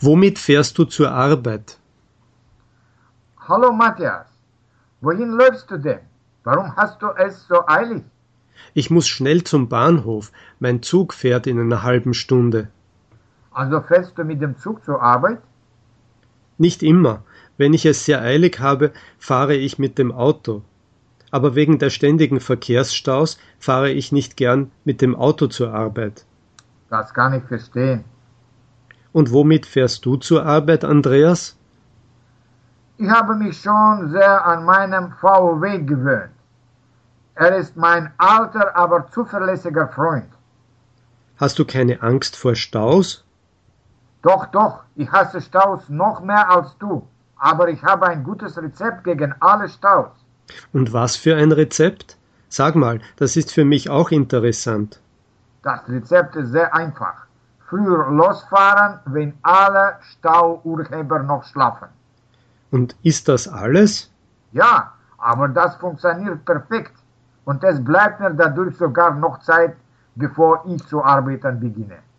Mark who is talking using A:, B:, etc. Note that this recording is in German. A: Womit fährst du zur Arbeit?
B: Hallo Matthias, wohin läufst du denn? Warum hast du es so eilig?
A: Ich muss schnell zum Bahnhof. Mein Zug fährt in einer halben Stunde.
B: Also fährst du mit dem Zug zur Arbeit?
A: Nicht immer. Wenn ich es sehr eilig habe, fahre ich mit dem Auto. Aber wegen der ständigen Verkehrsstaus fahre ich nicht gern mit dem Auto zur Arbeit.
B: Das kann ich verstehen.
A: Und womit fährst du zur Arbeit, Andreas?
B: Ich habe mich schon sehr an meinen VW gewöhnt. Er ist mein alter, aber zuverlässiger Freund.
A: Hast du keine Angst vor Staus?
B: Doch, doch, ich hasse Staus noch mehr als du, aber ich habe ein gutes Rezept gegen alle Staus.
A: Und was für ein Rezept? Sag mal, das ist für mich auch interessant.
B: Das Rezept ist sehr einfach. Früher losfahren, wenn alle Stauurheber noch schlafen.
A: Und ist das alles?
B: Ja, aber das funktioniert perfekt. Und es bleibt mir dadurch sogar noch Zeit, bevor ich zu arbeiten beginne.